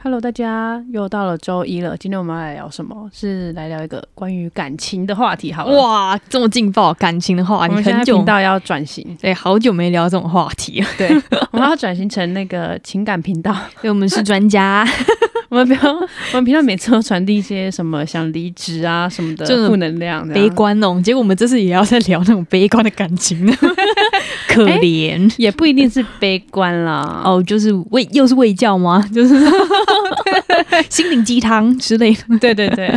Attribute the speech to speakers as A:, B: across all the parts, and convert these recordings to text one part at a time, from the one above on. A: Hello，大家又到了周一了。今天我们要来聊什么？是来聊一个关于感情的话题，好了。
B: 哇，这么劲爆感情的话，
A: 我
B: 你
A: 们现在
B: 很久
A: 频道要转
B: ，
A: 型
B: 对好久没聊这种话题了。
A: 对，我们要转型成那个情感频道。
B: 对，我们是专家，
A: 我们不要，我们频道每次都传递一些什么想离职啊什么的
B: 这种
A: 负能量这样，
B: 悲观哦。结果我们这次也要再聊那种悲观的感 情呢，可怜。
A: 也不一定是悲观啦。哦，
B: 哦，就是喂，又是喂教吗？就是 心灵鸡汤之类的。
A: 对对对，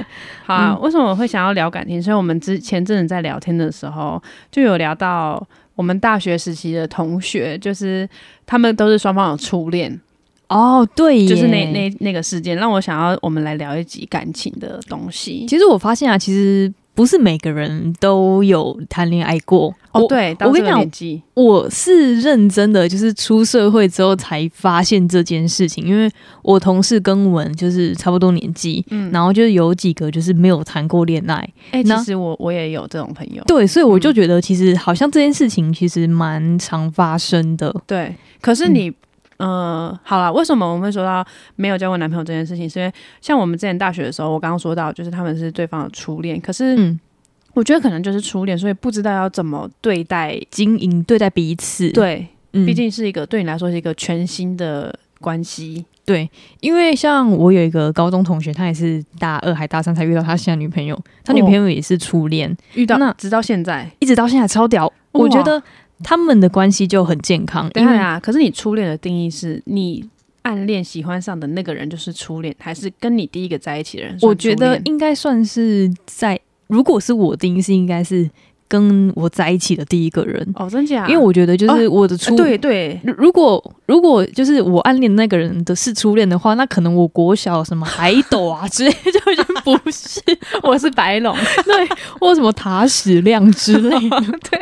A: 好啊。
B: 嗯
A: 为什么我会想要聊感情？所以我们之前阵子在聊天的时候，就有聊到我们大学时期的同学，就是他们都是双方有初恋。
B: 哦，对耶，
A: 就是那那那个事件，让我想要我们来聊一集感情的东西。
B: 其实我发现啊，其实不是每个人都有谈恋爱过。
A: 哦，
B: 我
A: 对，
B: 我
A: 到这
B: 跟
A: 个
B: 你讲
A: 年纪
B: 我是认真的，就是出社会之后才发现这件事情，因为我同事跟文就是差不多年纪，
A: 嗯
B: 然后就是有几个就是没有谈过恋爱，
A: 哎、
B: 那
A: 其实我我也有这种朋友，
B: 对，所以我就觉得其实好像这件事情其实蛮常发生的，
A: 对。可
B: 嗯
A: 是你，呃，好了，为什么我们会说到没有交过男朋友这件事情？是因为像我们之前大学的时候，我刚刚说到，就是他们是对方的初恋，可是
B: 嗯，
A: 我觉得可能就是初恋，所以不知道要怎么对待。
B: 经营对待彼此，，
A: 对，
B: 嗯
A: 毕竟是一个对你来说是一个全新的关系。
B: 对，因为像我有一个高中同学，他也是大二还大三才遇到他现在女朋友，他女
A: 哦
B: 朋友也是初恋，
A: 遇到
B: 那
A: 直到现在，
B: 一直到现在超屌，我觉得他们的关系就很健康，
A: 等一
B: 因
A: 下等
B: 为
A: 一下，啊可是你初恋的定义是你暗恋喜欢上的那个人就是初恋，还是跟你第一个在一起的人算初恋？
B: 我觉得应该算是在，如果是我定义是应该是跟我在一起的第一个人，
A: 哦，真假？
B: 因为我觉得就是我的初、
A: 呃对对
B: 如。如果如果就是我暗恋那个人的是初恋的话，那可能我国小什么海斗啊之类就已经不是，
A: 我是白 龙，
B: 或什么塔矢亮之类的，
A: 对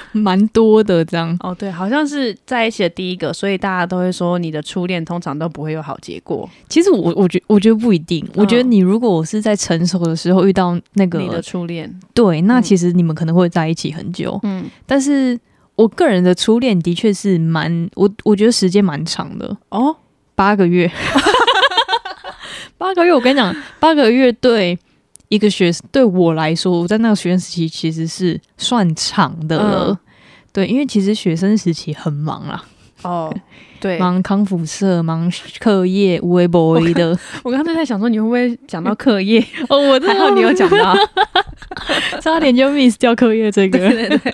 B: 蛮多的这样。
A: 哦对，好像是在一起的第一个，所以大家都会说你的初恋通常都不会有好结果。
B: 其实我我觉我觉得不一定，我觉得你如果是在成熟的时候遇到那个
A: 你的初恋，
B: 对，那
A: 嗯
B: 其实你们可能会在一起很久，
A: 嗯，
B: 但是我个人的初恋的确是蛮，我我觉得时间蛮长的，
A: 哦，
B: 八个月。 八个月，我跟你讲，八个月对一个学对我来说，我在那个学生时期其实是算长的了。
A: 嗯
B: 对，因为其实学生时期很忙啦，
A: 哦， 对，
B: 忙康复社，忙课业，无微不微的。
A: 我刚才在想说你会不会讲到课 业，
B: 哦，我
A: 还好你有讲 到，
B: 差点就 miss 掉课业这个。对对 对。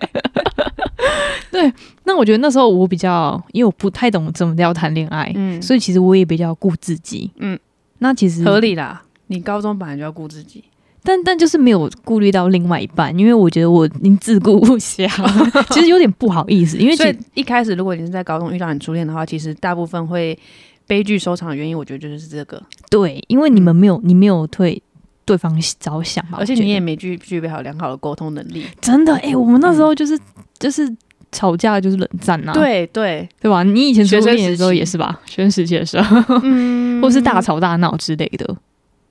B: 那我觉得那时候我比较，因为我不太懂怎么叫谈恋爱，
A: 嗯
B: 所以其实我也比较顾自己。
A: 嗯
B: 嗯，那其实
A: 合理啦。你高中本来就要顾自己，
B: 但但就是没有顾虑到另外一半，因为我觉得我已经自顾不暇了， 其实有点不好意思，因为其
A: 所
B: 实
A: 以一开始，如果你是在高中遇到你初恋的话，其实大部分会悲剧收场的原因，我觉得就是这个，
B: 对，因为你们没有你没有对对方着想嘛，
A: 嗯而且
B: 我觉得
A: 你也没具具备好良好的沟通能力。
B: 真的哎、我们那时候就是、就是吵架就是冷战呐、
A: 嗯对对，
B: 对吧？你以前初
A: 学生
B: 恋
A: 时
B: 的时候
A: 期
B: 也是吧，学生时期的时候，
A: 嗯
B: 或是大，吵大闹之类的，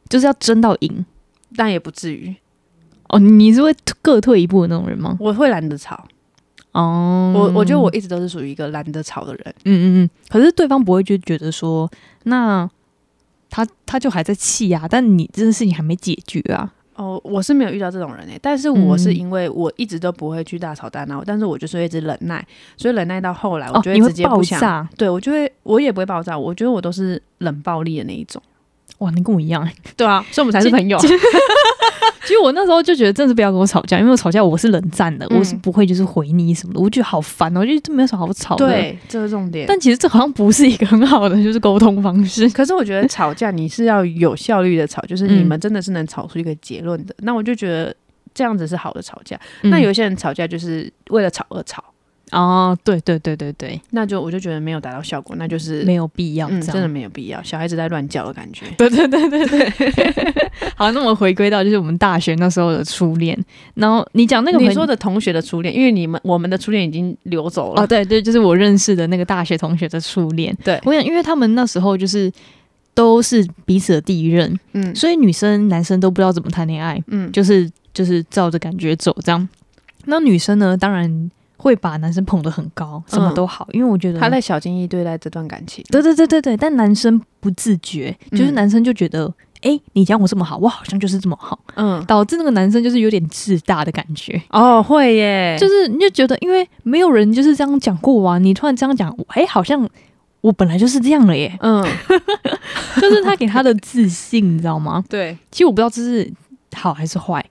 B: 就是要争到赢
A: 但也不至于，
B: 哦。你是会各退一步的那种人吗？
A: 我会懒得吵。
B: 哦，
A: 我我觉得我一直都是属于一个懒得吵的人。
B: 嗯嗯嗯，可是对方不会就觉得说，那他他就还在气啊，但你这件事情还没解决啊。
A: 哦，我是没有遇到这种人诶、但是我
B: 嗯
A: 是因为我一直都不会去大吵大闹，但是我就是会一直忍耐，所以忍耐到后来，我
B: 哦，
A: 就
B: 你
A: 直接
B: 爆
A: 不想。
B: 炸
A: 对，我就会，我也不会爆炸，我觉得我都是冷暴力的那一种。
B: 哇！你跟我一样，
A: 对啊，所以我们才是
B: 其
A: 朋友。
B: 其实我那时候就觉得，真的是不要跟我吵架，因为我吵架我是冷战的，
A: 嗯
B: 我是不会就是回你什么的，我觉得好烦哦，我觉得这没有什么好吵的。，
A: 对，这是重点。
B: 但其实这好像不是一个很好的就是沟通方式。
A: 可是我 觉得吵架你是要有效率的吵，就是
B: 嗯
A: 你们真的是能吵出一个结论的。那我就觉得这样子是好的吵架。 那有一些人吵架就是为了吵而吵，
B: 嗯哦，对对对对对，
A: 那就我就觉得没有达到效果，那就是
B: 没有必要
A: 嗯，
B: 这
A: 真的
B: 样。
A: 没有必要。小孩子在乱叫的感觉。
B: 对对对对对， 好，那我们回归到就是我们大学那时候的初恋，然后你讲那个
A: 你
B: 朋
A: 说的同学的初恋，因为你们我们的初恋已经流走了。
B: 哦，对对，就是我认识的那个大学同学的初恋。
A: 对
B: 我想，因为他们那时候就是都是彼此的第一任，
A: 嗯
B: 所以女生男生都不知道怎么谈恋爱，
A: 嗯，
B: 就是就是照着感觉走这样。那女生呢，当然会把男生捧得很高，什么
A: 嗯
B: 都好，因为我觉得
A: 他在小心翼翼对待这段感情。
B: 对对对对对，但男生不自觉，就是
A: 嗯
B: 男生就觉得，哎、你讲我这么好，我好像就是这么好，
A: 嗯，
B: 导致那个男生就是有点自大的感觉，
A: 哦，会耶，，
B: 就是你就觉得，因为没有人就是这样讲过啊，你突然这样讲，哎、好像我本来就是这样了耶
A: 嗯，
B: 就是他给他的自信，你知道吗？
A: 对，
B: 其实我不知道这是好还是坏，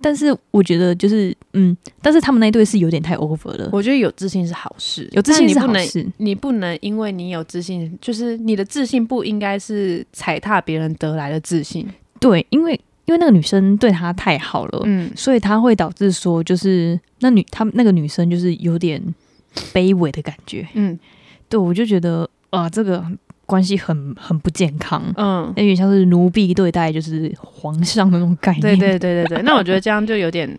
B: 但是我觉得就是，嗯，但是他们那一对是有点太 over 了，
A: 我觉得有自信是好事，
B: 有自信是
A: 但你
B: 好
A: 不能
B: 事，
A: 你不能因为你有自信，就是你的自信不应该是踩踏别人得来的自信。
B: 对，因为因为那个女生对他太好了，
A: 嗯
B: 所以他会导致说，就是那女他那个女生就是有点卑微的感觉。
A: 嗯
B: 对我就觉得啊、这个关系很很不健康，
A: 嗯，
B: 有点像是奴婢对待就是皇上的那种概念。
A: 对对对对对。那我觉得这样就有 点，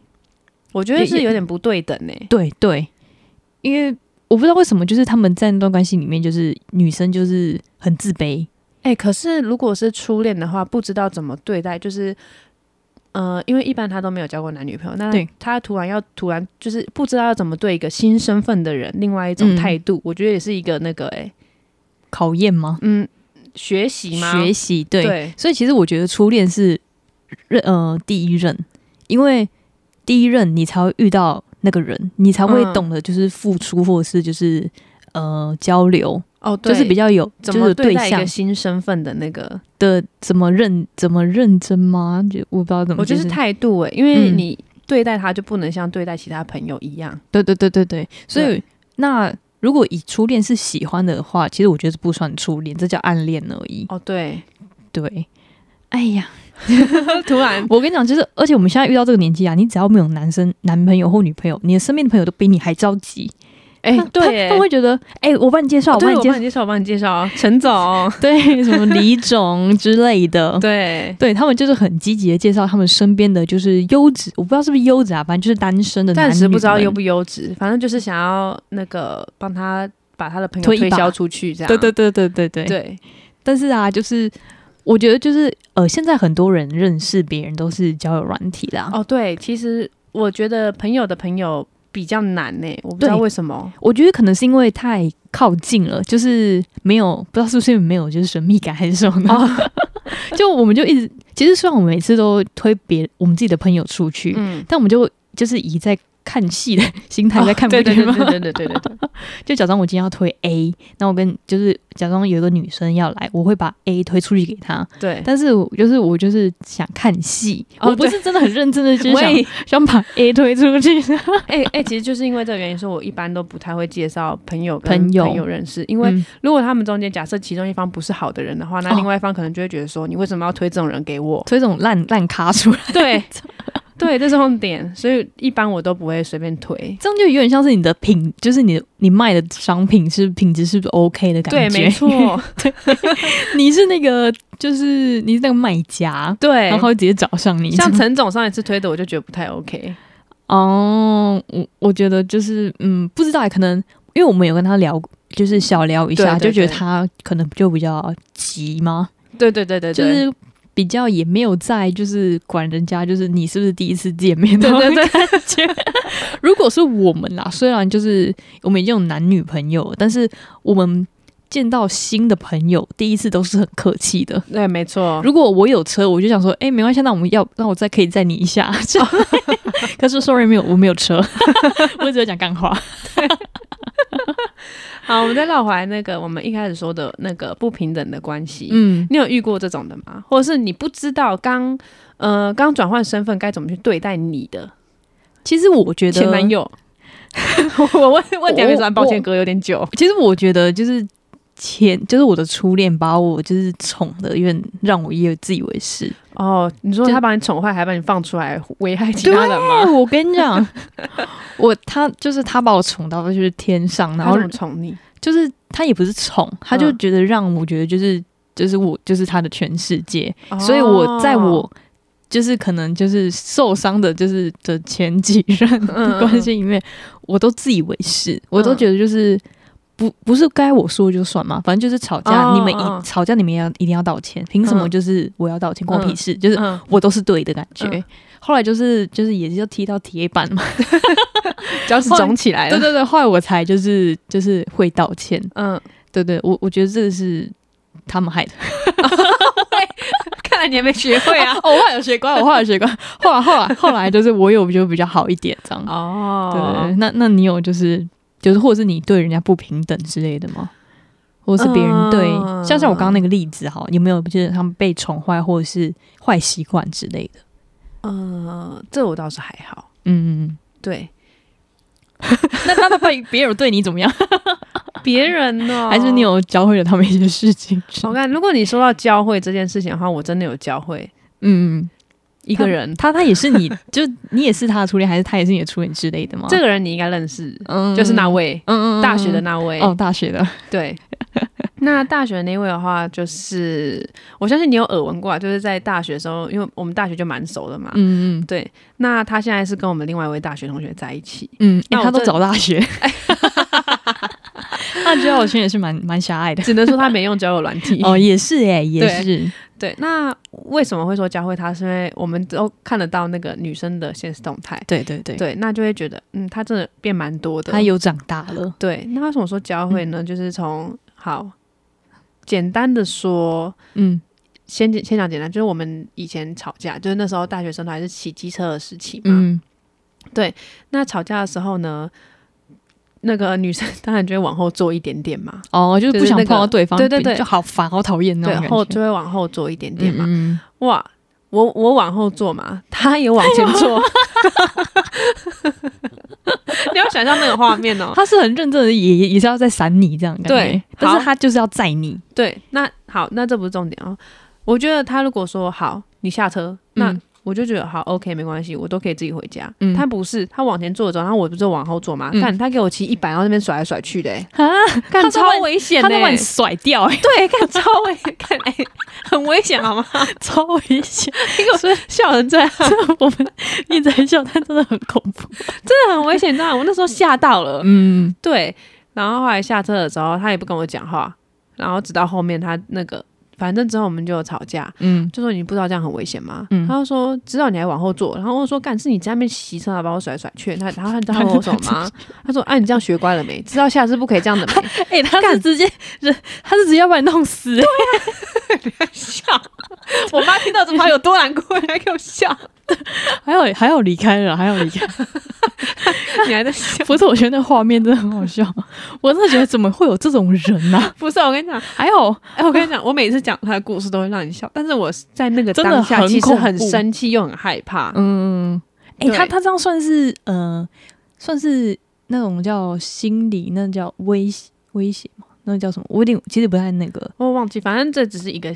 A: 我觉得是有点不对等欸呢、
B: 对对，因为我不知道为什么，就是他们在那段关系里面，就是女生就是很自卑。
A: 哎、可是如果是初恋的话，不知道怎么对待，就是。呃，因为一般他都没有交过男女朋友，那
B: 对
A: 他突然要突然就是不知道要怎么对一个新身份的人，另外一种
B: 嗯
A: 态度，我觉得也是一个那个哎、
B: 考验吗？
A: 嗯，学习吗？
B: 学习对，
A: 对
B: 所以其实我觉得初恋是任呃第一任，因为第一任你才会遇到那个人，你才会
A: 嗯
B: 懂得就是付出或者是就是呃交流，
A: 哦，对
B: 就是比较有就
A: 怎
B: 是
A: 么
B: 有
A: 对
B: 对
A: 待一
B: 象
A: 个新身份的那个，
B: 的怎么认怎么认真吗？就我不知道怎么、
A: 我觉
B: 嗯
A: 得
B: 就是
A: 是态度哎、因为
B: 嗯
A: 你对待他就不能像对待其他朋友一样。
B: 对对对对对，所以
A: 对
B: 那。如果以初恋是喜欢的话，其实我觉得这不算初恋，这叫暗恋而已。
A: 哦，对，
B: 对，哎呀，
A: 突 然
B: 我跟你讲，就是，而且我们现在遇到这个年纪啊，你只要没有男生、男朋友或女朋友，你的身边的朋友都比你还着急。
A: 哎、
B: 他
A: 对耶
B: 他，他会觉得，哎、我帮你介
A: 哦
B: 绍，我帮
A: 对
B: 你
A: 我
B: 介哦
A: 帮
B: 绍
A: 你，介绍，我帮你介 绍，陈总，
B: 对， 什么李总之类的，
A: 对，
B: 对他们就是很积极的介绍他们身边的就是优质，我不知道是不是优质啊，反正就是单身的男女
A: 暂
B: 们，
A: 时不知道优不优质，反正就是想要那个帮他把他的朋友
B: 推一
A: 推
B: 把
A: 销出去，这样。
B: 对对对对对对。
A: 对，
B: 但是啊，就是我觉得就是呃，现在很多人认识别人都是交友软体啦。
A: 哦对，其实我觉得朋友的朋友比较难呢、我不知道
B: 对
A: 为什么。
B: 我觉得可能是因为太靠近了，就是没有不知道是不是因为没有就是神秘感还是什么的，
A: 哦
B: 就我们就一直其实虽然我们每次都推别我们自己的朋友出去，
A: 嗯，
B: 但我们就就是以在看戏的心态在看
A: 哦对
B: 别
A: 对
B: 人
A: 对
B: 嘛，
A: 对对对对 对，
B: 就假装我今天要推 A，那我跟就是假装有一个女生要来，我会把 A 推出去给她，
A: 对。
B: 但是我就是我就是想看戏，
A: 哦
B: 我不是真的很认真 的，就是
A: 我
B: 想
A: 也
B: 想把 A 推出去，
A: 哎哎、其实就是因为这个原因，所以我一般都不太会介绍朋友跟
B: 朋友
A: 朋友认识，因为
B: 嗯
A: 如果他们中间假设其中一方不是好的人的话，那
B: 哦？
A: 另外一方可能就会觉得说，你为什么要推这种人给我
B: 推这种烂烂咖出来，
A: 对，对，这是重点。所以一般我都不会随便推。
B: 这样就有点像是你的品，就是你你卖的商品是品质是不是 OK 的
A: 对，
B: 感觉？
A: 没，错，
B: 你是那个就是你是那个卖家，
A: 对
B: 然。后直接找上你。
A: 像陈总上一次推的，我就觉得不太 OK。
B: 哦，我我觉得就是嗯，不知道，可能因为我们有跟他聊，就是小聊一下，
A: 对对
B: 就觉得
A: 对
B: 他可能就比较急嘛，
A: 对对对对对，
B: 就是比较也没有在就是管人家，就是你是不是第一次见面的
A: 对对对
B: 感觉。如果是我们啦，虽然就是我们已经有男女朋友了，但是我们见到新的朋友，第一次都是很客气的。
A: 对，没错。
B: 如果我有车，我就想说，哎、没关系，那我们要，那我再可以载你一下。 这样可是 sorry，没有，我没有车， 我只有讲干话。
A: 好，我们再绕回来那个我们一开始说的那个不平等的关系。
B: 嗯，
A: 你有遇过这种的吗？或者是你不知道刚呃刚转换身份该怎么去对待你的
B: 其实我觉得
A: 前男友？ 我问问点没转，抱
B: 我
A: 歉，隔有点久。
B: 其实我觉得就是前就是我的初恋把我就是宠的有点让我也有自以为是。
A: 哦，你说
B: 就
A: 他把你宠坏，还把你放出来危害其他人
B: 哎，
A: 吗？
B: 我跟你讲， 我他就是他把我宠到就是天上，然
A: 他
B: 后
A: 怎么宠你？
B: 就是他也不是宠，他就
A: 嗯
B: 觉得让我觉得就是就是我就是他的全世界，
A: 哦
B: 所以我在我。就是可能就是受伤的，就是的前几任
A: 嗯嗯
B: 的关系里面，我都自以为是，我都觉得就是不不是该我说就算嘛，反正就是吵架，
A: 哦
B: 你们一、
A: 哦
B: 吵架你们要一定要道歉，凭什么
A: 嗯
B: 就是我要道歉，关我屁
A: 嗯
B: 事？就是
A: 嗯，
B: 我都是对的感觉。
A: 嗯
B: 后来就是就是也是要踢到铁板嘛，
A: 脚趾肿起来
B: 对
A: 了。
B: 对 对，后来我才就是就是会道歉，
A: 嗯，
B: 对对，我我觉得这个是他们害的。
A: 看来你还没学会啊。
B: 哦，我后来有学 乖，我后来有学乖， 后来后来后来就是我有就比较好一点这样。
A: 哦
B: 对对对，那那你有就是就是或者是你对人家不平等之类的吗？或者是别人对，
A: 嗯
B: 像像我刚刚那个例子哈，有没有就是他们被宠坏或者是坏习惯之类的？
A: 嗯，这我倒是还好。
B: 嗯，
A: 对，
B: 那那那被别人对你怎 么样？
A: 别人呢、
B: 还是你？有教会了他们一些事情之类的？
A: 我看，如果你说到教会这件事情的话，我真的有教会
B: 嗯，嗯
A: 一个人，
B: 他他也是你，就你也是他的初恋，还是他也是你的初恋之类的吗？
A: 这个人你应该认识，
B: 啊嗯
A: 就是那位、
B: 嗯
A: 大学的那位。
B: 哦，大学的，
A: 对。那大学那位的话，就是我相信你有耳闻过啊，就是在大学的时候，因为我们大学就蛮熟的嘛。
B: 嗯嗯
A: 对，那他现在是跟我们另外一位大学同学在一起。
B: 嗯，
A: 那
B: 欸
A: 我
B: 他都
A: 这
B: 找大学， 那交友圈也是蛮蛮狭隘的。。
A: 只能说他没用交友软体
B: 哦，也是哎、也
A: 对
B: 是，
A: 对，那为什么会说教会他？是因为我们都看得到那个女生的现实动态，
B: 对对对，
A: 对，那就会觉得，嗯，他真的变蛮多的。
B: 他有嗯长大了，
A: 对，那为什么说教会呢？就是从好简单的说，
B: 嗯
A: 先简先讲简单，就是我们以前吵架，就是那时候大学生都还是骑机车的时期嘛。
B: 嗯
A: 那吵架的时候呢，那个女生 当然就会往后坐一点点嘛，
B: 哦，就是
A: 就
B: 不
A: 是
B: 想
A: 那
B: 碰
A: 个
B: 到对方，
A: 对对对
B: 就好烦，好讨厌那
A: 对
B: 种，感
A: 后
B: 觉。
A: 就会往后坐一点点
B: 嗯
A: 嘛。
B: 嗯，
A: 哇，我我往后坐嘛，他也往前坐。
B: 哎
A: 你要想象那个画面哦
B: 嗯。他是很认真的，也也也是要在闪你这样的感觉，
A: 对
B: 但是
A: 好
B: 他就是要载 你，
A: 对，那好，那这不是重点哦。我觉得他如果说好，你下车，那
B: 嗯
A: 我就觉得好，OK，没关系，我都可以自己回家。
B: 嗯
A: 他不是，他往前坐着，然后我不是往后坐嘛？
B: 嗯
A: 看他给我骑一百，然后那边甩来甩去的、 欸，
B: 啊，
A: 看
B: 他都
A: 超
B: 把你
A: 危险
B: 他
A: 的、
B: 都把你
A: 欸。
B: 甩掉、欸，
A: 对，看超危险，看哎、很危险 好吗？
B: 超危险。
A: 因为我 笑成这样，
B: 我们一直在笑，但真的很恐怖。
A: 真的很危险，你知道吗？我那时候吓到了。
B: 嗯，
A: 对，然后后来下车的时候，他也不跟我讲话，然后直到后面他那个，反正之后我们就有吵架，
B: 嗯，
A: 就说你不知道这样很危险吗？
B: 嗯
A: 他就说知道你还往后坐，然后我说干是你在那边骑车啊，把我甩来甩去，他然后他知道我什么 吗？他说啊你这样学乖了没？知道下次不可以这样的没？
B: 哎、他是直接人，他是直接要把你弄死、欸，
A: 笑， 我妈听到这话有多难过，还给我笑，
B: 还有还有离开了， 还有离开。
A: 你还在笑？
B: 不是，我觉得那画面真的很好笑，我真的觉得怎么会有这种人呢、啊？
A: 不是，我跟你讲，
B: 还有，
A: 哎，我跟你讲，我每次讲他的故事都会让你笑，但是我在那个
B: 真的
A: 当下
B: 很
A: 其实
B: 恐
A: 很
B: 怖
A: 生气又很害怕，
B: 嗯，哎、
A: 对
B: 他他这样算是呃，算是那种叫心理，那叫威胁威胁嘛，那叫什么？我有点其实不太那个。
A: 我忘记，反正这只是一个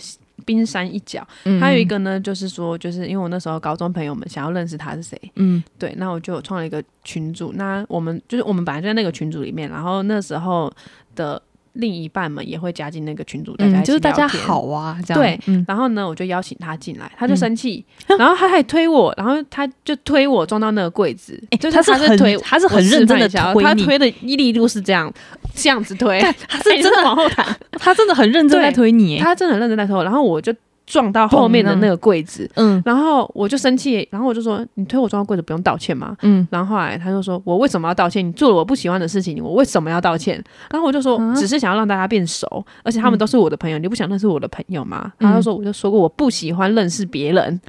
A: 冰山一角。
B: 嗯
A: 还有一，个呢，就是说，就是因为我那时候高中朋友们想要认识他是谁，
B: 嗯
A: 对，那我就有创了一个群组。那我们就是我们本来就在那个群组里面，然后那时候的另一半们也会加进那个群组，大家、
B: 嗯，就是大家。好嗯啊，这样
A: 对，
B: 嗯，
A: 然后呢，我就邀请他进来，他就生气，然后他还推我，然后他就推我撞到那个柜子，
B: 欸
A: 就是
B: 他是
A: 在
B: 很
A: 推我，
B: 他是很
A: 我示
B: 认
A: 范
B: 真地
A: 一下哦
B: 推
A: 他
B: 你
A: 推哎的力度是这样，这样子推，
B: 他是真的
A: 往后弹，
B: 他真的很认真在推你、欸，
A: 他真的很认真在推我，然后我就撞到后面的那个柜子，
B: 嗯
A: 然后我就生气，然后我就说你推我撞到柜子不用道歉吗？
B: 嗯，
A: 然后后来他就说我为什么要道歉？你做了我不喜欢的事情，我为什么要道歉？然后我就说
B: 啊
A: 只是想要让大家变熟，而且他们
B: 嗯
A: 都是我的朋友，你不想认识我的朋友吗？他就说我就说过我不喜欢认识别人，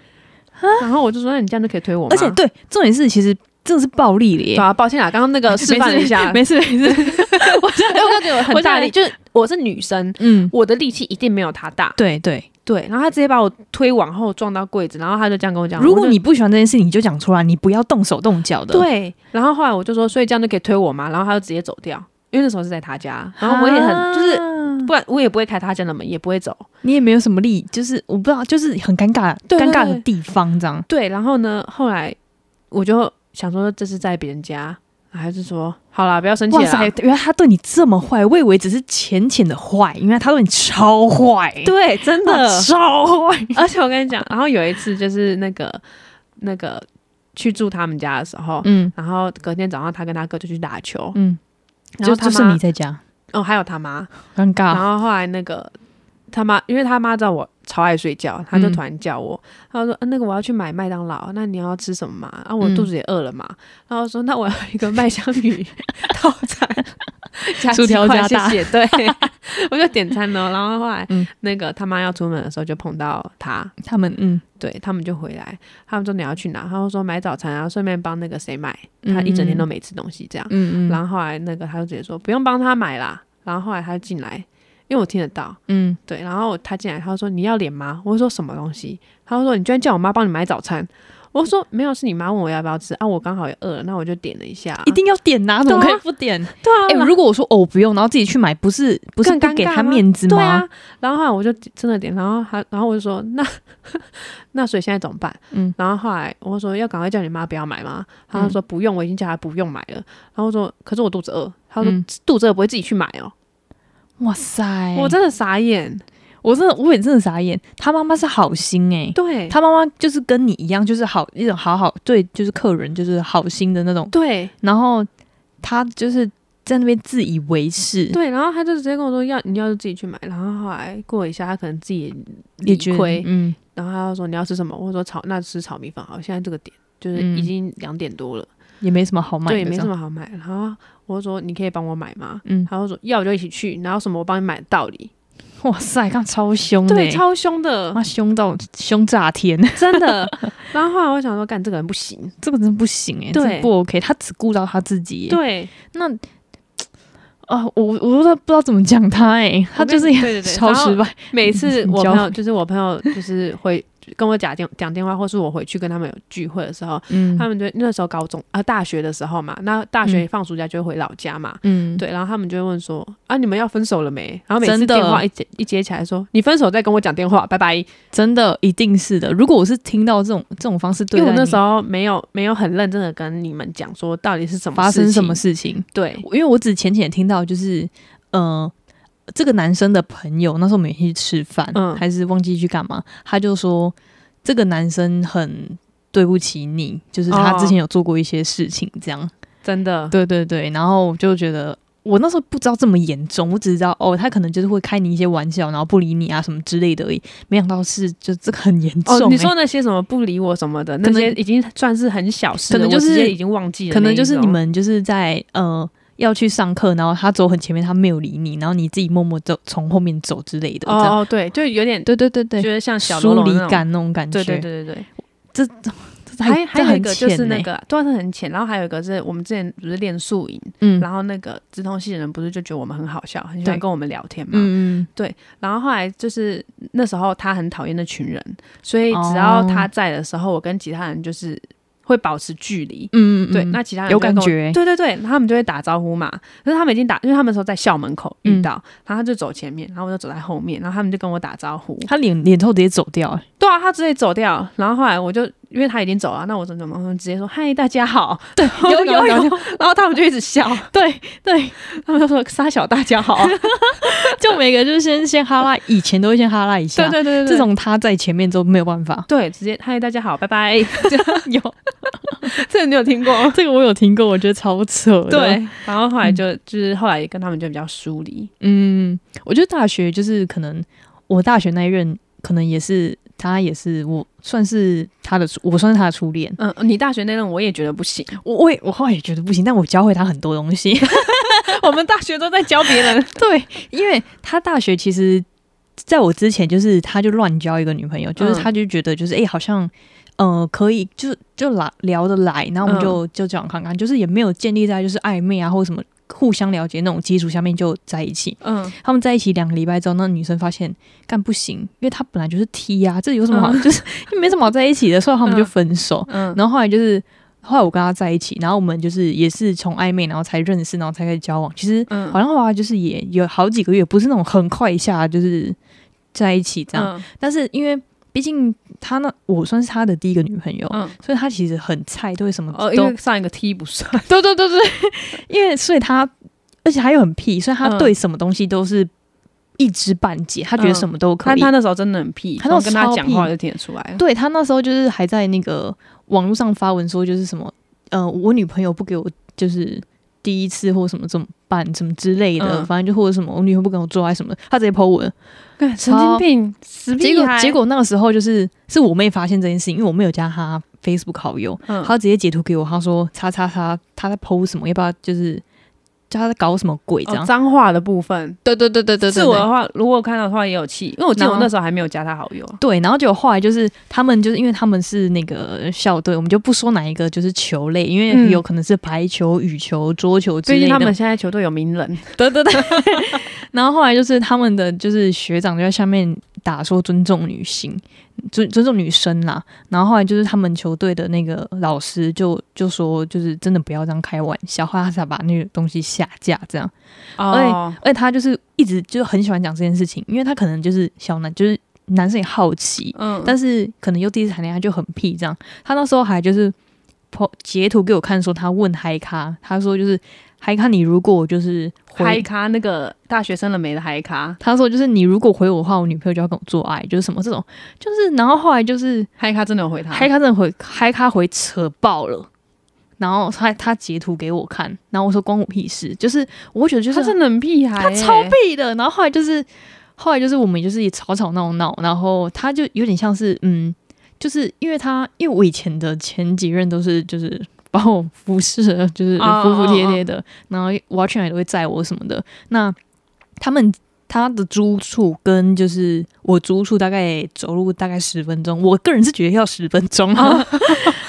A: 然后我就说那你这样就可以推我吗？
B: 而且对，重点是其实真的是暴力了耶
A: 对。啊，抱歉啊，刚刚那个示范了一下，
B: 没事没 事，没事我真
A: 哎
B: 的
A: 我感觉我很
B: 我现
A: 大
B: 在
A: 力，就是我是女生，
B: 嗯，
A: 我的力气一定没有他大。
B: 对对。
A: 对，然后他直接把我推往后撞到柜子，然后他就这样跟我讲。
B: 如果
A: 我就
B: 你不喜欢这件事，你就讲出来，你不要动手动脚的。，
A: 对，然后后来我就说，所以这样就可以推我嘛，然后他就直接走掉，因为那时候是在他家，然后我也很、就是，不然我也不会开他家的门，也不会走。
B: 啊你也没有什么力，就是我不知道，就是很尴尬，
A: 对对
B: 尴尬的
A: 对
B: 地方这样。
A: 对，然后呢，后来我就想说这是在别人家，还是说好啦，不要生气
B: 哇
A: 啦
B: 塞，。原来他对你这么坏，我以为只是浅浅的坏，原来他对你超坏，
A: 对，真
B: 哇，
A: 的。
B: 超坏。
A: 而且我跟你讲，然后有一次就是那个那个去住他们家的时候，
B: 嗯
A: 然后隔天早上他跟他哥就去打球，
B: 嗯，
A: 然
B: 就
A: 后他妈
B: 就剩你在家，
A: 哦，还有他妈，
B: 尴
A: 然
B: 尬，
A: 后后来那个他妈，因为他妈知道我超爱睡觉，他就
B: 嗯
A: 突然叫我，他说、啊那个我要去买麦当劳，那你要吃什么嘛？啊，我
B: 嗯
A: 肚子也饿了嘛。然后说那我要一个麦香 鱼 套餐，加
B: 薯条
A: 鸡块
B: 加大
A: 谢谢。对，我就点餐了。然后后来、
B: 嗯
A: 那个他妈要出门的时候就碰到他，
B: 他们嗯，
A: 对他们就回来，他们说你要去哪？他们说买早餐啊，顺便帮那个谁买，他一整天都没吃东西这样。
B: 嗯嗯，
A: 然后后来那个他就直接说不用帮他买啦。然后后来他就进来，因为我听得到，
B: 嗯
A: 对。然后他进来，他就说你要脸吗？我说什么东西？他就说你居然叫我妈帮你买早餐。我说没有，是你妈问我要不要吃啊，我刚好也饿了，那我就点了一下啊。
B: 一定要点呐、
A: 对
B: 怎
A: 啊
B: 么可以不点？
A: 对啊，
B: 哎、
A: 然后
B: 如果我说哦不用，然后自己去买，不是不是
A: 更尴
B: 不给
A: 尬
B: 他
A: 吗
B: 面子吗？
A: 对啊。然后后来我就真的点，然后他，然后我就说那 那所以现在怎么办？
B: 嗯
A: 然后后来我就说要赶快叫你妈不要买吗？他就说不用，我已经叫她不用买了。然后我说可是我肚子饿，他说、
B: 嗯哎
A: 肚子饿不会自己去买哦，
B: 哇塞，
A: 我真的傻眼。
B: 我真的我也真的傻眼，他妈妈是好心哎、
A: 对，
B: 他妈妈就是跟你一样，就是好一种好好对，就是客人就是好心的那种，
A: 对
B: 然后他就是在那边自以为是，
A: 对，然后他就直接跟我说要你要是自己去买，然后后来过一下他可能自己
B: 也
A: 理
B: 觉得
A: 亏，
B: 嗯，
A: 然后他就说你要吃什么？我说炒那吃炒米粉好，现在这个点就是
B: 嗯
A: 已经两点多了，
B: 也没什么好买的，
A: 对，没什，么好买。然后我就说你可以帮我买吗？
B: 嗯，
A: 他就说要我就一起去，然后什么我帮你买的道理，
B: 哇塞，刚超凶的、
A: 对，
B: 欸
A: 超凶的，
B: 妈凶到凶炸天，
A: 真 的。然后后来我想说，干这个人不行，
B: 这个真不行哎、欸，
A: 对
B: 这不 OK，他只顾到他自己、欸，
A: 对，
B: 那啊，我我都不知道怎么讲他哎、欸，他就是
A: 对对对
B: 超失败，
A: 每次
B: 嗯你
A: 我
B: 教
A: 朋友就是我朋友就是会 跟我讲电讲电话，或是我回去跟他们有聚会的时候，
B: 嗯
A: 他们就那时候高中啊、大学的时候嘛，那大学放暑假就会回老家嘛，
B: 嗯，
A: 对，然后他们就会问说啊，你们要分手了没？然后每次
B: 真的
A: 电话一接一接起来说你分手再跟我讲电话，拜拜。
B: 真的一定是的。如果我是听到这种这种方式对
A: 因为
B: 待
A: 我
B: 你，
A: 那时候没有没有很认真的跟你们讲说到底是什么
B: 发生
A: 事
B: 什
A: 情
B: 么事情，
A: 对
B: 因为我只浅浅听到就是，呃，这个男生的朋友那时候我们也去吃饭，
A: 嗯
B: 还是忘记去干嘛，他就说这个男生很。对不起你，就是他
A: 哦
B: 之前有做过一些事情，这样。
A: 真的
B: 对对对，然后我就觉得我那时候不知道这么严重，我只知道哦，他可能就是会开你一些玩笑，然后不理你啊什么之类的而已。没想到是就这个很严重、
A: 哦，你
B: 欸
A: 说那些什么不理我什么的，那
B: 可能
A: 些已经算是很小事了，
B: 可能就
A: 我直接
B: 是
A: 已经忘记了那
B: 可
A: 一种，
B: 能就是你们就是在呃要去上课，然后他走很前面，他没有理你，然后你自己默默走从后面走之类的。这样
A: 哦哦对，就有点
B: 对对对对，
A: 觉得像小
B: 疏
A: 喽啰
B: 离
A: 那种，
B: 感那种感觉。
A: 对对对对对。
B: 这，这这
A: 还还
B: 这
A: 有一
B: 很
A: 个就是
B: 浅
A: 那
B: 欸，
A: 个都是很浅，然后还有一个是我们之前不是练素营，
B: 嗯
A: 然后那个直通系的人不是就觉得我们很好笑，很喜欢
B: 对
A: 跟我们聊天嘛。
B: 嗯嗯，
A: 然后后来就是那时候他很讨厌那群人，所以只要他
B: 哦
A: 在的时候，我跟其他人就是会保持距离。
B: 嗯嗯嗯
A: 对，那其他人
B: 有
A: 就会跟我
B: 感觉欸
A: 对对对，然后他们就会打招呼嘛。可是他们已经打，因为他们那时候在校门口
B: 嗯
A: 遇到，然后他就走前面，然后我就走在后面，然后他们就跟我打招呼。
B: 他脸脸臭直接走掉、欸，
A: 对啊，他直接走掉，然后后来我就因为他已经走了，那我怎么怎么直接说嗨大家好，对，
B: 有有有，
A: 然后他们就一直笑，
B: 对对，
A: 他们就说沙小大家好 啊，
B: 就每个就是先先哈拉，以前都会先哈拉一下，
A: 对对对对，。
B: 这种他在前面都没有办法
A: 对直接嗨大家好，拜拜，
B: 有
A: 这个你有听过？
B: 这个我有听过，我觉得超扯的。
A: 对，然后后来就、就是后来跟他们就比较疏离，
B: 嗯，我觉得大学就是可能我大学那一任可能也是他也是我算是他的初我算是他的初恋。
A: 嗯，你大学那任我也觉得不行，
B: 我我也我后来也觉得不行，但我教会他很多东西。
A: 我们大学都在教别人，
B: 对，因为他大学其实在我之前就是他就乱交一个女朋友，就是
A: 嗯
B: 他就觉得就是哎、诶好像。呃，可以，就是就来聊得来，然后我们就、就这样看看，就是也没有建立在就是暧昧啊或者什么互相了解那种基础下面就在一起。
A: 嗯，
B: 他们在一起两个礼拜之后，那女生发现干不行，因为他本来就是 T 呀、这有什么好，就是就没什么好在一起的，所以他们就分手。
A: 嗯
B: 然后后来就是后来我跟他在一起，然后我们就是也是从暧昧，然后才认识，然后才开始交往。其实
A: 嗯
B: 好像后来就是也有好几个月，不是那种很快一下就是在一起这样。
A: 嗯
B: 但是因为毕竟他那我算是他的第一个女朋友，
A: 嗯，
B: 所以他其实很菜，对什么
A: 哦，因
B: 都
A: 为上一个 T 不算，
B: 对对对对，对因为所以他，而且他又很屁，所以他
A: 嗯
B: 对什么东西都是一知半解，他觉得什么都可
A: 他
B: 以。
A: 他那时候真的很屁，
B: 他那
A: 我
B: 时候
A: 跟他
B: 超
A: 讲话
B: 屁
A: 就听得出来了，
B: 对他那时候就是还在那个网络上发文说，就是什么呃，我女朋友不给我就是第一次或什么这种伴什么之类的，
A: 嗯
B: 反正就或者什么我女朋友不跟我做爱什么的，他直接 po 文。
A: 干神经病，死
B: 结
A: 屁
B: 果
A: 孩
B: 结，果那个时候就是是我妹发现这件事情，因为我妹有加她 Facebook 好友，
A: 嗯
B: 她直接截图给我，她说叉叉叉，她在 po 什么，要不要就是叫她在搞什么鬼这
A: 哦
B: 样？
A: 脏话的部分，
B: 对对对对对
A: 是我的话，如果看到的话也有气，因为我记得我那时候还没有加他好友。啊
B: 对，然后结果后来就是他们就是因为他们是那个校队，我们就不说哪一个就是球类，因为
A: 嗯
B: 有可能是排球、羽球、桌球之
A: 最
B: 类
A: 近
B: 的。
A: 他 们现在球队有名人，
B: 对对对。 然后后来就是他们的就是学长就在下面打说尊重女性，尊尊重女生啦。然后后来就是他们球队的那个老师就就说就是真的不要这样开玩笑，后来他才把那个东西下架这样。
A: 哦，
B: 而且他就是一直就很喜欢讲这件事情，因为他可能就是小男，就是男生也好奇，
A: 嗯，
B: 但是可能又第一次谈恋爱就很屁这样。他那时候还就是 po 截图给我看，说他问嗨咖，他说就是嗨咖，你如果就是
A: 嗨
B: 回，
A: 咖那个大学生了没的嗨咖，
B: 他说就是你如果回我的话，我女朋友就要跟我做爱，就是什么这种，就是然后后来就是
A: 嗨咖真的有回他，
B: 嗨咖真的回嗨咖回扯爆了。然后他他截图给我看，然后我说关我屁事，就是我会觉得就是
A: 他真的很屁孩欸，
B: 他超屁的。然后后来就是，后来就是我们就是也吵吵闹闹，然后他就有点像是，嗯，就是因为他，因为我以前的前几任都是就是把我服侍的，就是
A: 哦
B: 服服帖帖的，然后我要去哪里都会载我什么的。那他们。他的租处跟就是我租处大概走路大概十分钟，我个人是觉得要十分钟、
A: 哦
B: 啊。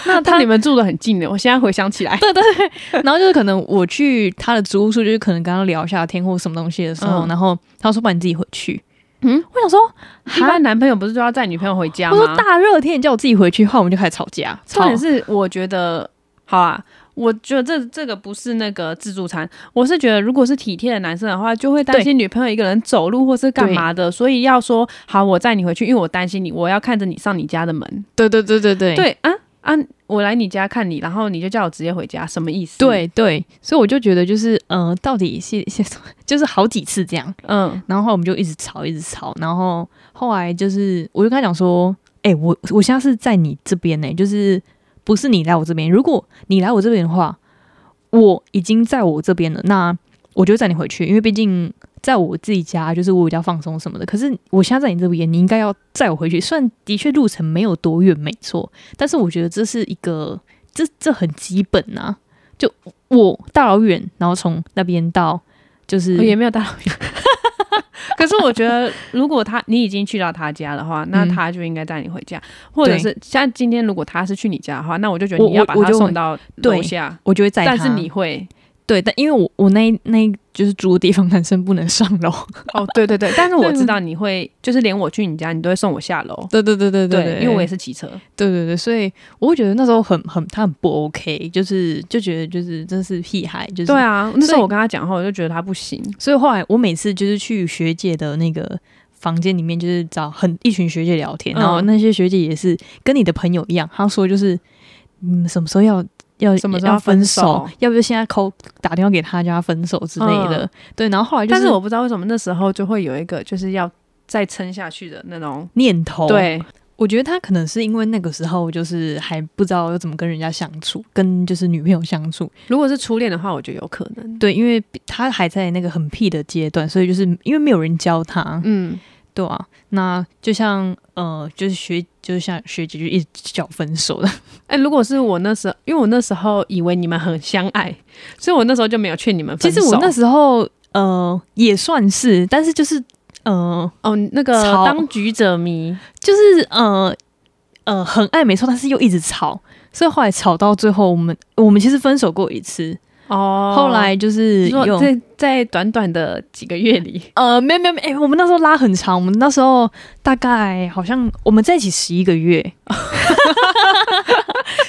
B: 那
A: 但
B: 他
A: 你们住的很近的，我现在回想起来，
B: 然后就是可能我去他的租屋处，就是可能跟他聊一下天或什么东西的时候，
A: 嗯
B: 然后他说：“不然你自己回去。”
A: 嗯，
B: 我想说，
A: 一
B: 哈
A: 般，男朋友不是都要载女朋友回家
B: 我
A: 吗？
B: 说大热天你叫我自己回去，后来我们就开始吵架。
A: 重点
B: 吵
A: 是，我觉得好啊，我觉得这这个不是那个自助餐，我是觉得如果是体贴的男生的话，就会担心女朋友一个人走路或是干嘛的，所以要说好，我载你回去，因为我担心你，我要看着你上你家的门。
B: 对对对对对
A: 对啊啊，我来你家看你，然后你就叫我直接回家，什么意思？，
B: 对对，所以我就觉得就是呃，到底是是就是好几次这样，
A: 嗯，
B: 然后后来我们就一直吵一直吵，然后后来就是我就跟他讲说：“哎、我我现在是在你这边呢、就是不是你来我这边？如果你来我这边的话，我已经在我这边了，那我就载你回去，因为毕竟。”在我自己家，就是我比较放松什么的。可是我现在在你这边，你应该要载我回去。虽然的确路程没有多远，没错，但是我觉得这是一个，这这很基本啊。就我大老远，然后从那边到，就是
A: 哦我也没有大老 远。可是我觉得，如果他你已经去到他家的话，那
B: 嗯
A: 他就应该带你回家，或者
B: 对
A: 是像今天如果他是去你家的话，那我就觉得
B: 我
A: 你要
B: 我
A: 把
B: 我
A: 他
B: 就
A: 送
B: 会
A: 到
B: 对
A: 楼下。
B: 我就会载他。
A: 但是你会
B: 对，但因为我我那一那一就是住的地方，男生不能上楼。
A: 哦，对对对，但是我
B: 对嗯
A: 知道你会，就是连我去你家，你都会送我下楼。
B: 对对对对
A: 因为我也
B: 是
A: 是骑车，
B: 对对对，所以我会觉得那时候很很他很不 OK，就是就觉得就是真是屁孩，就是
A: 对。啊，那时候我跟他讲话，我就觉得他不行，
B: 所以后来我每次就是去学姐的那个房间里面，就是找很一群学姐聊天，
A: 嗯
B: 然后那些学姐也是跟你的朋友一样，她说就是嗯什么时候要。要
A: 什么时候
B: 要
A: 要分
B: 分手嗯
A: 手？
B: 要不就现在扣打电话给他，叫他分手之类的。对，然后后来就
A: 但是我不知道为什么那时候就会有一个就是要再撑下去的那种。
B: 念头，
A: 对，
B: 我觉得他可能是因为那个时候就是还不知道要怎么跟人家相处，跟就是女朋友相处。
A: 如果是初恋的话，我觉得有可能。
B: 对，因为他还在那个很屁的阶段，所以就是因为没有人教他，
A: 嗯，
B: 对啊。那就像呃，就是学，就是像学姐就一直叫我分手的，
A: 哎、如果是我那时候，因为我那时候以为你们很相爱，所以我那时候就没有劝你们
B: 其
A: 分手。
B: 实我那时候呃也算是，但是就是呃
A: 哦，那个
B: 吵
A: 当局者迷，
B: 就是呃呃很爱没错，但是又一直吵，所以后来吵到最后，我们我们其实分手过一次，
A: 哦，
B: 后来就是
A: 你说
B: 用
A: 在在短短的几个月里，
B: 呃，没有没有，哎、我们那时候拉很长，我们那时候大概好像我们在一起十一 个月。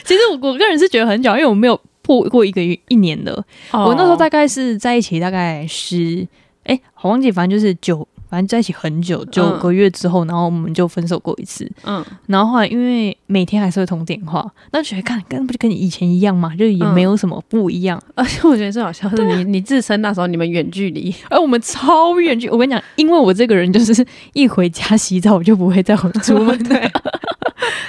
B: 其实我我个人是觉得很久，因为我没有破过一个月一年的。
A: 哦
B: 我那时候大概是在一起大概十，哎、我忘记，反正就是九，反正在一起很久，九个月之后，然后我们就分手过一次。
A: 嗯，
B: 然后后来因为每天还是会通电话，那觉得看根本不就跟以前一样嘛，就也
A: 嗯
B: 没有什么不一样。
A: 而且我觉得最好笑是
B: 啊
A: 你，你自称那时候你们远距离，
B: 哎，我们超远距，我跟 你讲，因为我这个人就是一回家洗澡我就不会再回出门，对。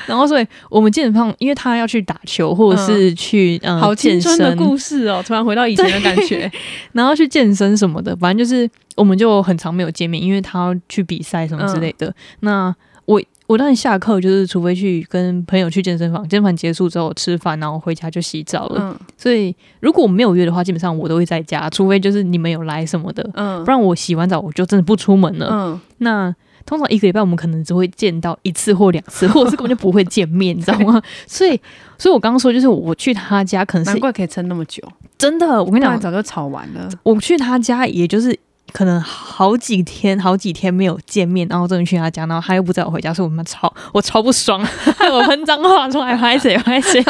B: 然后所以我们健身房，因为他要去打球或者是去嗯、呃
A: 好青
B: 健
A: 春的
B: 身，
A: 故事哦，突然回到以前的感 觉。
B: 然后去健身什么的，反正就是我们就很常没有见面，因为他要去比赛什么之类的。
A: 嗯
B: 那我我当然下课就是，除非去跟朋友去健身房，健身房结束之后吃饭，然后回家就洗澡了。
A: 嗯
B: 所以如果我没有约的话，基本上我都会在家，除非就是你们有来什么的，
A: 嗯
B: 不然我洗完澡我就真的不出门了。
A: 嗯，
B: 那通常一个礼拜我们可能只会见到一次或两 次，或者是根本就不会见面，你知道吗？所以，所以我刚刚说，就是我去他家，可能
A: 难
B: 是
A: 怪可以撑那么久，
B: 真的。我跟
A: 不
B: 你讲
A: 然，早就吵完了。
B: 我去他家，也就是可能好几天、好几天没有见面，然后终于去他家，然后他又不载我回家，所以我们超我超不爽，害我喷脏话出来，拍谁拍 谁。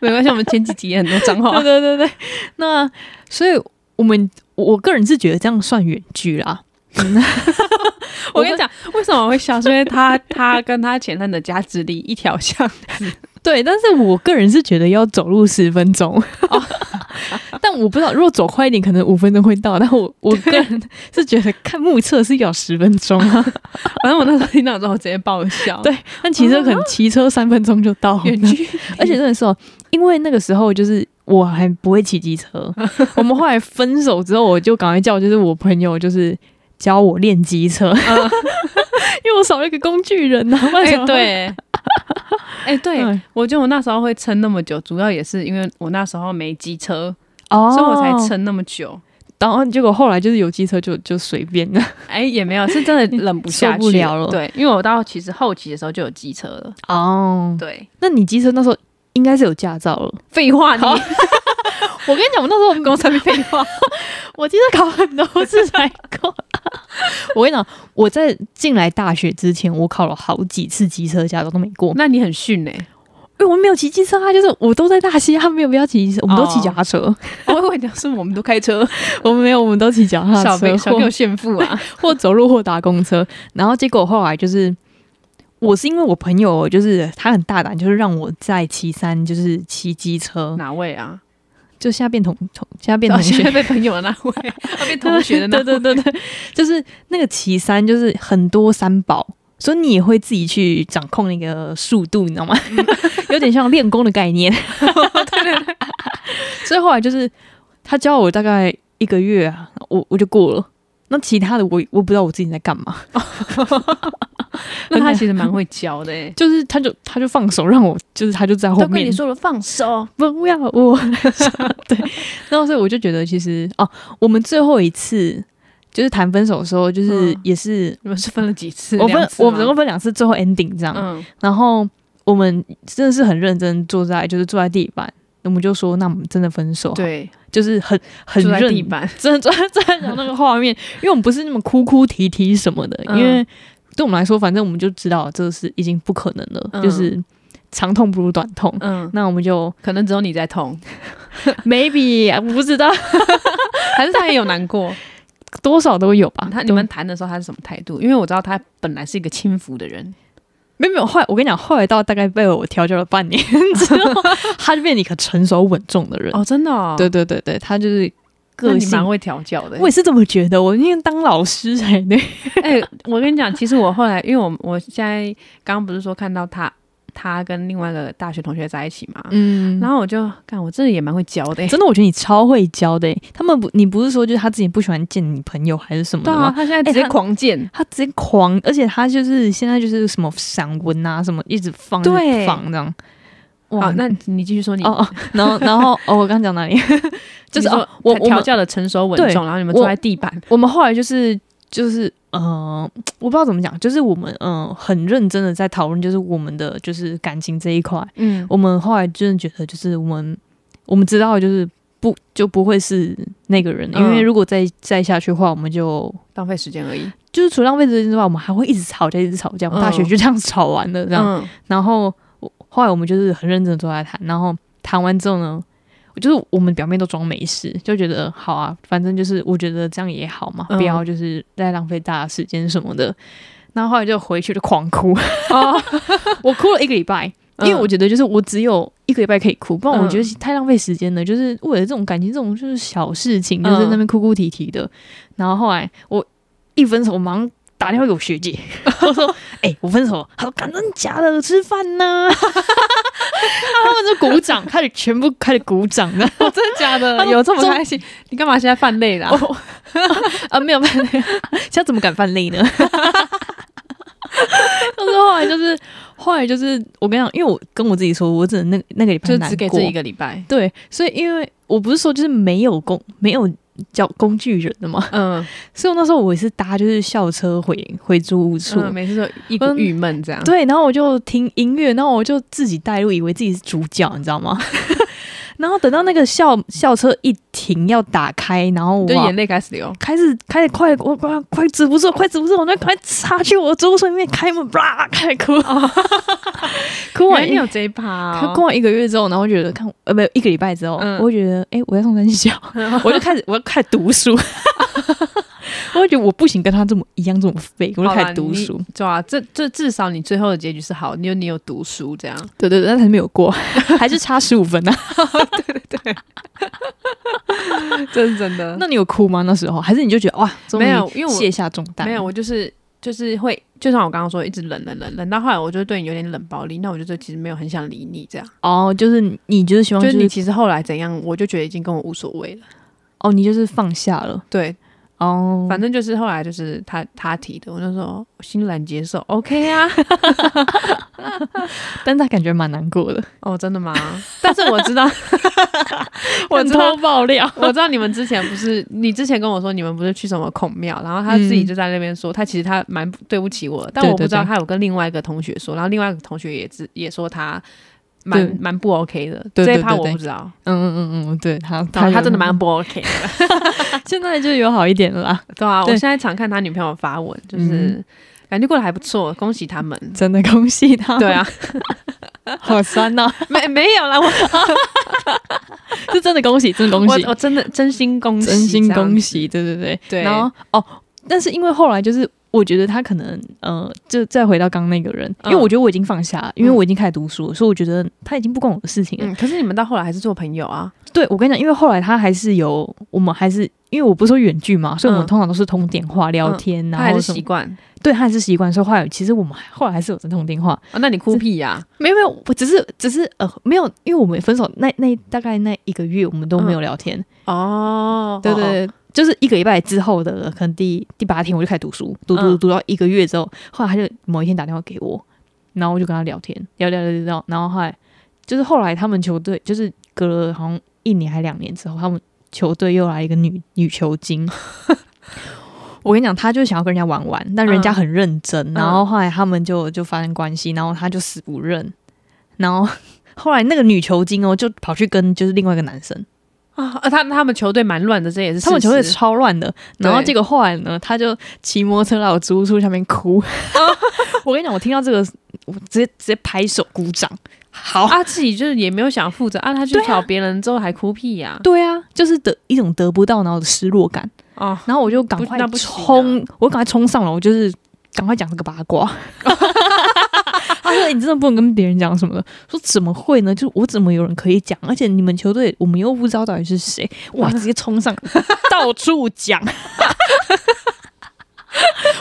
A: 没关系，我们前几集也很多脏话
B: 对。对对对，那所以我们我我个人是觉得这样算远距啦。
A: 我跟你讲，为什么我会笑？是因为 他他跟他前任的家只离一条巷。
B: 对，但是我个人是觉得要走路十分钟，
A: 哦
B: 但我不知道，如果走快一点，可能五分钟会到。但我 我个人是觉得看目测是要十分钟 啊，
A: 反正我那时候听到之后，我直接爆笑。
B: 对但骑车可能骑车三分钟就到了。
A: 远距，
B: 而且真的是哦，因为那个时候就是我还不会骑 机车，我们后来分手之后，我就赶快叫就是我朋友就是教我练机 车， 因为我少了一个工具人呐、啊。不 然
A: 哎
B: 怎么
A: 嗯
B: 办
A: 对， 哎对，
B: 嗯
A: 我觉得我那时候会撑那么久，主要也是因为我那时候没机车，
B: 哦，
A: 所以我才。撑那么久。
B: 然后结果后来就是有机车就就随便了。
A: 哎，也没有，是真 的忍不下去，
B: 受不了了
A: 对，因为我到其实后期的时候就有机车了。
B: 哦，
A: 对，
B: 那你机车那时候应该是有驾照了。
A: 废话，你
B: 好我跟你讲，我那 时候
A: 工程废话，
B: 我记得考很多次才过。我跟你讲，我在进来大学之前，我考了好几次机车驾照都没过，
A: 那你很逊哎。
B: 因为我们没有骑机车啊，就是我都在大溪，他没有必要骑机车， 我们都骑脚踏车，
A: 我以为你是我们都开车，
B: 我们没有，我们都骑脚踏
A: 小
B: 车
A: 朋小
B: 或
A: 朋友炫富啊。
B: 或走路或搭公车。然后结果后来就是，我是因为我朋友就是他很大胆，就是让我在骑山就是骑机车，
A: 哪位啊？
B: 就现在变同同现在变
A: 哦
B: 同学
A: 现在。被朋友 的那位，啊被同学 的那
B: 对对对对，就是那个骑山，就是很多三宝，所以你也会自己去掌控那个速度，你知道吗？ 有点像练功的概念。
A: 嗯 对对对，
B: 所以后来就是他教我大概一个月啊，我我就过了。那其他的我我不知道我自己在干嘛，
A: 哦 那他其实蛮会教的哎。
B: 就是他就他就放手让我，就是他就在后
A: 都跟
B: 面
A: 你说了放手，
B: 不要我， 对，然后所以我就觉得其实哦，我们最后一次就是谈分手的时候，就是
A: 嗯
B: 也是、
A: 你们是分了几次？
B: 我分
A: 两次
B: 我
A: 吗
B: 总共分两次，最后 ending 这样，
A: 嗯
B: 然后我们真的是很认真坐在，就是坐在地板，我们就说，那我们真的分手，，
A: 对，
B: 就是很很
A: 坐在
B: 认
A: 地，板，
B: 真的坐在坐在那个画面，因为我们不是那么哭哭啼啼什么的，
A: 嗯
B: 因为对我们来说，反正我们就知道这是已经不可能了，
A: 嗯
B: 就是长痛不如短痛。
A: 嗯，
B: 那我们就
A: 可能只有你在 痛，
B: maybe 啊我不知道
A: 还是他也有难 过？啊
B: 多少都有吧。
A: 他你们谈的时候他是什么态度？因为我知道他本来是一个轻浮的人，
B: 没有没有，后来我跟你讲，后来到大概被我调教了半年之后，他就变成一个成熟稳重的人。
A: 哦，真的、哦，
B: 对，对对对，他就是
A: 那
B: 个
A: 你
B: 性
A: 蛮会调教的。
B: 我也是这么觉得，我因为当老师才对。
A: 哎、我跟你讲，其实我后来，因为我我现在刚刚不是说看到他，他跟另外一个大学同学在一起嘛，
B: 嗯然
A: 然
B: 后
A: 后我就看我真的也蛮会教的、欸，
B: 真的，我觉得你超会教的欸。他们不，你不是说就是他自己不喜欢见你朋友还是什么
A: 对
B: 的
A: 啊，
B: 吗？哎
A: 他现在直接
B: 他
A: 狂健，
B: 他直接狂，而且他就是现在就是什么散文啊，什么一直放
A: 对
B: 一直放这样。
A: 好，那你继续说你，
B: 哦哦，然后然后哦，我刚讲哪里？就
A: 你
B: 是
A: 说
B: 哦，我
A: 他
B: 我
A: 调
B: 们
A: 教的成熟稳
B: 对
A: 重，然后你们
B: 我
A: 坐在地板，
B: 我们后来就是就是呃，我不知道怎么讲，就是我们嗯、呃很认真的在讨论，就是我们的就是感情这一块。
A: 嗯，
B: 我们后来真的觉得，就是我们我们知道，就是不就不会是那个人，
A: 嗯
B: 因为如果再再下去的话，我们就
A: 浪费时间而已，
B: 就是除了浪费时间之外，我们还会一直吵架，一直吵架。我
A: 嗯
B: 们大学就这样吵完了，这样。
A: 嗯
B: 然后我后来我们就是很认真地坐下来谈，然后谈完之后呢，我就是我们表面都装没事，就觉得好啊，反正就是我觉得这样也好嘛，
A: 嗯
B: 不要就是再浪费大家时间什么的。然后后来就回去就狂哭，
A: 哦，
B: 我哭了一个礼拜，因为我觉得就是我只有一个礼拜可以哭，不然我觉得太浪费时间了。就是为了这种感情，这种就是小事情，
A: 嗯
B: 就是在那边哭哭啼啼的。然后后来我一分手，我马上打电话给我学姐， 我说：“哎、我分手了。”她说：“干真假的，吃饭呢、 他们就鼓掌，开始全部开始鼓掌的。
A: 真的假
B: 嗯他
A: 的？
B: 说
A: 有这么开心？你干嘛现在犯累啦？
B: 哦 啊，没有犯累，现在怎么敢犯累呢？ 但是后来就是后来就是我跟你讲，因为我跟我自己说，我只能那那个礼拜
A: 就
B: 难
A: 只给
B: 过
A: 这一个礼拜。
B: 对，所以因为我不是说就是没有工没有叫工具人的嘛，
A: 嗯，
B: 所以我那时候我也是搭就是校车回回租屋处。
A: 嗯每次都一股
B: 嗯
A: 郁闷这样。
B: 对，然后我就听音乐，然后我就自己带入，以为自己是主角，你知道吗？ 然后等到那个校校车一停要打开，然后
A: 就
B: 哇
A: 眼泪开始流。
B: 开始开始快，我快快止不住，快止不住，我那快插去我的桌子里面开门，啪，开始哭， 哭
A: 哦原
B: 完
A: 来你
B: 一
A: 有这一趴哦，
B: 他哭完一个月之后，然后我觉得看呃没有一个礼拜之后，
A: 嗯
B: 我会觉得哎、诶我在送三小， 我就开始我要开始读书， 我会觉得我不行跟他这么一样这么废，我就
A: 好啦
B: 开始读书，
A: 对啊，这这至少你最后的结局是好，你有你有读书这样。
B: 对对对，但是没有 过，还是差十五分呢、啊。
A: 这是 真的。
B: 那你有哭吗？那时候还是你就觉得哇，终于
A: 没有因为我
B: 卸下重担，
A: 没有，我就是就是会，就像我刚刚说，一直冷冷冷冷到后来，我就对你有点冷暴力。那我就对其实没有很想理你这样。
B: 哦，就是你就是希望
A: 就
B: 就是是
A: 你其实后来怎样，我就觉得已经跟我无所谓了。
B: 哦，你就是放下了
A: 对，
B: 哦，
A: 反正就是后来就是他他提的，我就说我欣然接受，OK 啊。
B: 但他感觉蛮难过的，
A: 哦，真的吗？ 但是我知道，我知道
B: 偷爆料。
A: 我知道你们之前不是，你之前跟我说你们不是去什么孔庙，然后他自己就在那边说，他其实他蛮对不起我的，但
B: 对
A: 我不
B: 对
A: 知道
B: 对
A: 他有跟另外一个同学说，然后另外一个同学也知也说他蛮
B: 对
A: 蛮不 OK 的，
B: 对对
A: 这一趴
B: 对
A: 我
B: 对
A: 不知道，
B: 嗯嗯嗯嗯，对他，
A: 然后他真的蛮
B: 有
A: 不 OK 的，
B: 现在就有好一点了啦，
A: 对啊，我
B: 对嗯
A: 现在常看他女朋友发文，就是感觉过得还不错，恭喜他 们。
B: 真的恭喜他。
A: 对，啊，
B: 好酸哦呐、
A: 没没有啦，我
B: 是真的恭喜，真的恭喜
A: 我我，真的真心恭喜，
B: 真心恭
A: 喜，
B: 喜，对对对
A: 对
B: 然后哦，但是因为后来就是。我觉得他可能，呃，就再回到刚那个人，因
A: 嗯
B: 为我觉得我已经放下了，因为我已经开始读书了，所以我觉得他已经不关我的事情了。
A: 嗯，可是你们到后来还是做朋友啊，
B: 对我跟你讲，因为后来他还是有，我们还是因为我不是说远距嘛，所以我们
A: 嗯
B: 通常都是通电话聊天，
A: 他
B: 然
A: 还
B: 后
A: 是
B: 什么
A: 习惯。
B: 对他还是习惯，所以后来其实我们还后来还是有在通电话，
A: 哦，那你哭屁 呀？
B: 没有没有，我只是只是呃没有，因为我们分手那那大概那一个月我们都没有聊天，
A: 哦，
B: 对对
A: 哦
B: 对，就是一个礼拜之后的可能第第八天我就开始读书，读读
A: 嗯
B: 读到一个月之后，后来他就某一天打电话给我，然后我就跟他聊天，聊聊聊聊聊，然后后来就是后来他们球队就是隔了好像一年还两年之后，他们球队又来一个女 女球精。我跟你讲，他就想要跟人家玩玩，但人家
A: 嗯
B: 很认真，然后后来他们就就发生关系，然后他就死不认，然后 后来那个女球精哦，就跑去跟就是另外一个男生，
A: 啊，呃他他们球队蛮乱的，这也是
B: 他们球队
A: 事实
B: 超乱的，然后
A: 对
B: 结果后来呢，他就骑摩托车来我租屋处下面哭。
A: 啊
B: 我跟你讲，我听到这个，我直接直接拍手鼓掌。好，
A: 啊，自己就是也没有想负责啊，他去
B: 对啊
A: 找别人之后还哭屁呀、
B: 对啊，就是得一种得不到然后的失落感，
A: 哦，
B: 然后我就赶
A: 不
B: 快
A: 那不行啊
B: 冲，我赶快冲上楼，就是赶快讲这个八卦。 他说：“欸你真的不能跟别人讲什么的。”说怎么会呢？就我怎么有人可以讲？而且你们球队我们又不知道到底是谁，哇！直接冲 上，到处讲。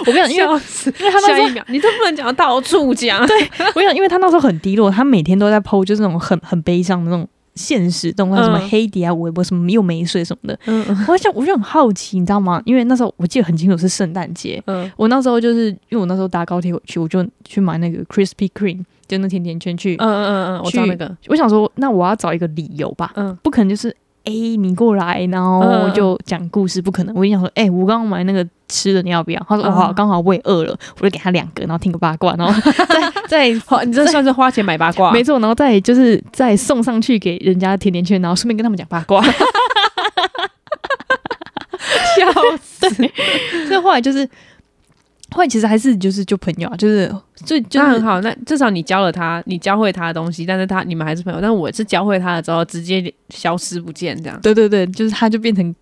B: 我跟你讲，因
A: 笑
B: 为
A: 死！
B: 因为他那
A: 下
B: 时
A: 一秒，你都不能讲到处讲，对，
B: 候，我想，因为他那时候很低落，他每天都在 PO 就是那种很很悲伤的那种现实动态，什么
A: 嗯
B: 黑底啊、微博什么又没睡什么的。
A: 嗯
B: 我想，我就很好奇，你知道吗？因为那时候我记得很清楚是圣诞节，
A: 嗯
B: 我那时候就是因为我那时候搭高铁回去，我就去买那个 Krispy Kreme，就那甜甜圈去。
A: 嗯嗯嗯，我知道那个，
B: 我想说，那我要找一个理由吧，
A: 嗯
B: 不可能就是哎、你过来，然后
A: 嗯嗯嗯
B: 就讲故事，不可能。我就想说，哎、我刚刚买那个吃的，你要不要？他说，
A: 嗯
B: 哦好，刚好我也饿了，我就给他两个，然后听个 八卦，然后 再 再
A: 好，你这算是花钱买八卦，
B: 没错，然后再就是再送上去给人家甜甜圈，然后顺便跟他们讲八 卦。
A: 笑死，
B: 所以后来就是，后来其实还是就是就朋友啊，就是就 就
A: 那很
B: 是
A: 好，那至少你教了他，你教会他的东西，但是他你们还是朋友，但我是教会他了之后直接消失不见这样，
B: 对对对，就是他就变成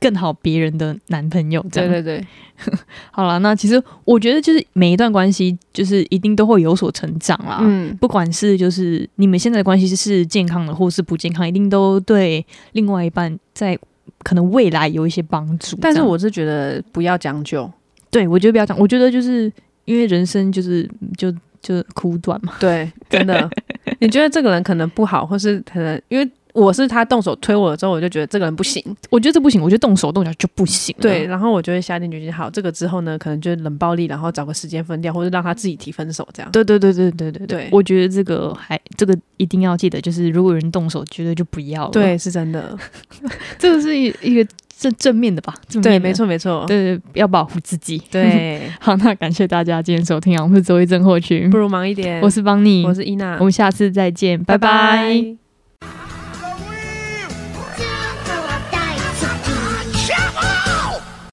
B: 更好别人的男朋友这
A: 对
B: 样。
A: 对对，
B: 好了，那其实我觉得就是每一段关系就是一定都会有所成长啦。
A: 嗯，
B: 不管是就是你们现在的关系是是健康的，或是不健康，一定都对另外一半在可能未来有一些帮助。
A: 但是
B: 这样
A: 我是觉得不要将就，
B: 对我觉得不要这样，我觉得就是因为人生就是就就苦短嘛，
A: 对，真的，你觉得这个人可能不好，或是可能因为我是他动手推我的时候，我就觉得这个人不行，
B: 我觉得这不行，我觉得动手动脚就不行了。
A: 对，然后我就会下定决心，好，这个之后呢，可能就是冷暴力，然后找个时间分掉，或者让他自己提分手这样。
B: 对对对对对对
A: 对
B: 我觉得这个还这个一定要记得，就是如果有人动手，绝对就不要了。
A: 对，，是真 的，
B: 这个是一一个正正面的吧？正
A: 对，
B: 面的
A: 没，错，没错，
B: 对，对要保护自 己。，
A: 对，
B: 好，那感谢大家今天收听啊，我们是周一正后群
A: 不，如忙一点。
B: 我是邦尼，
A: 我是伊娜
B: 我，们下次再见，拜拜
A: 拜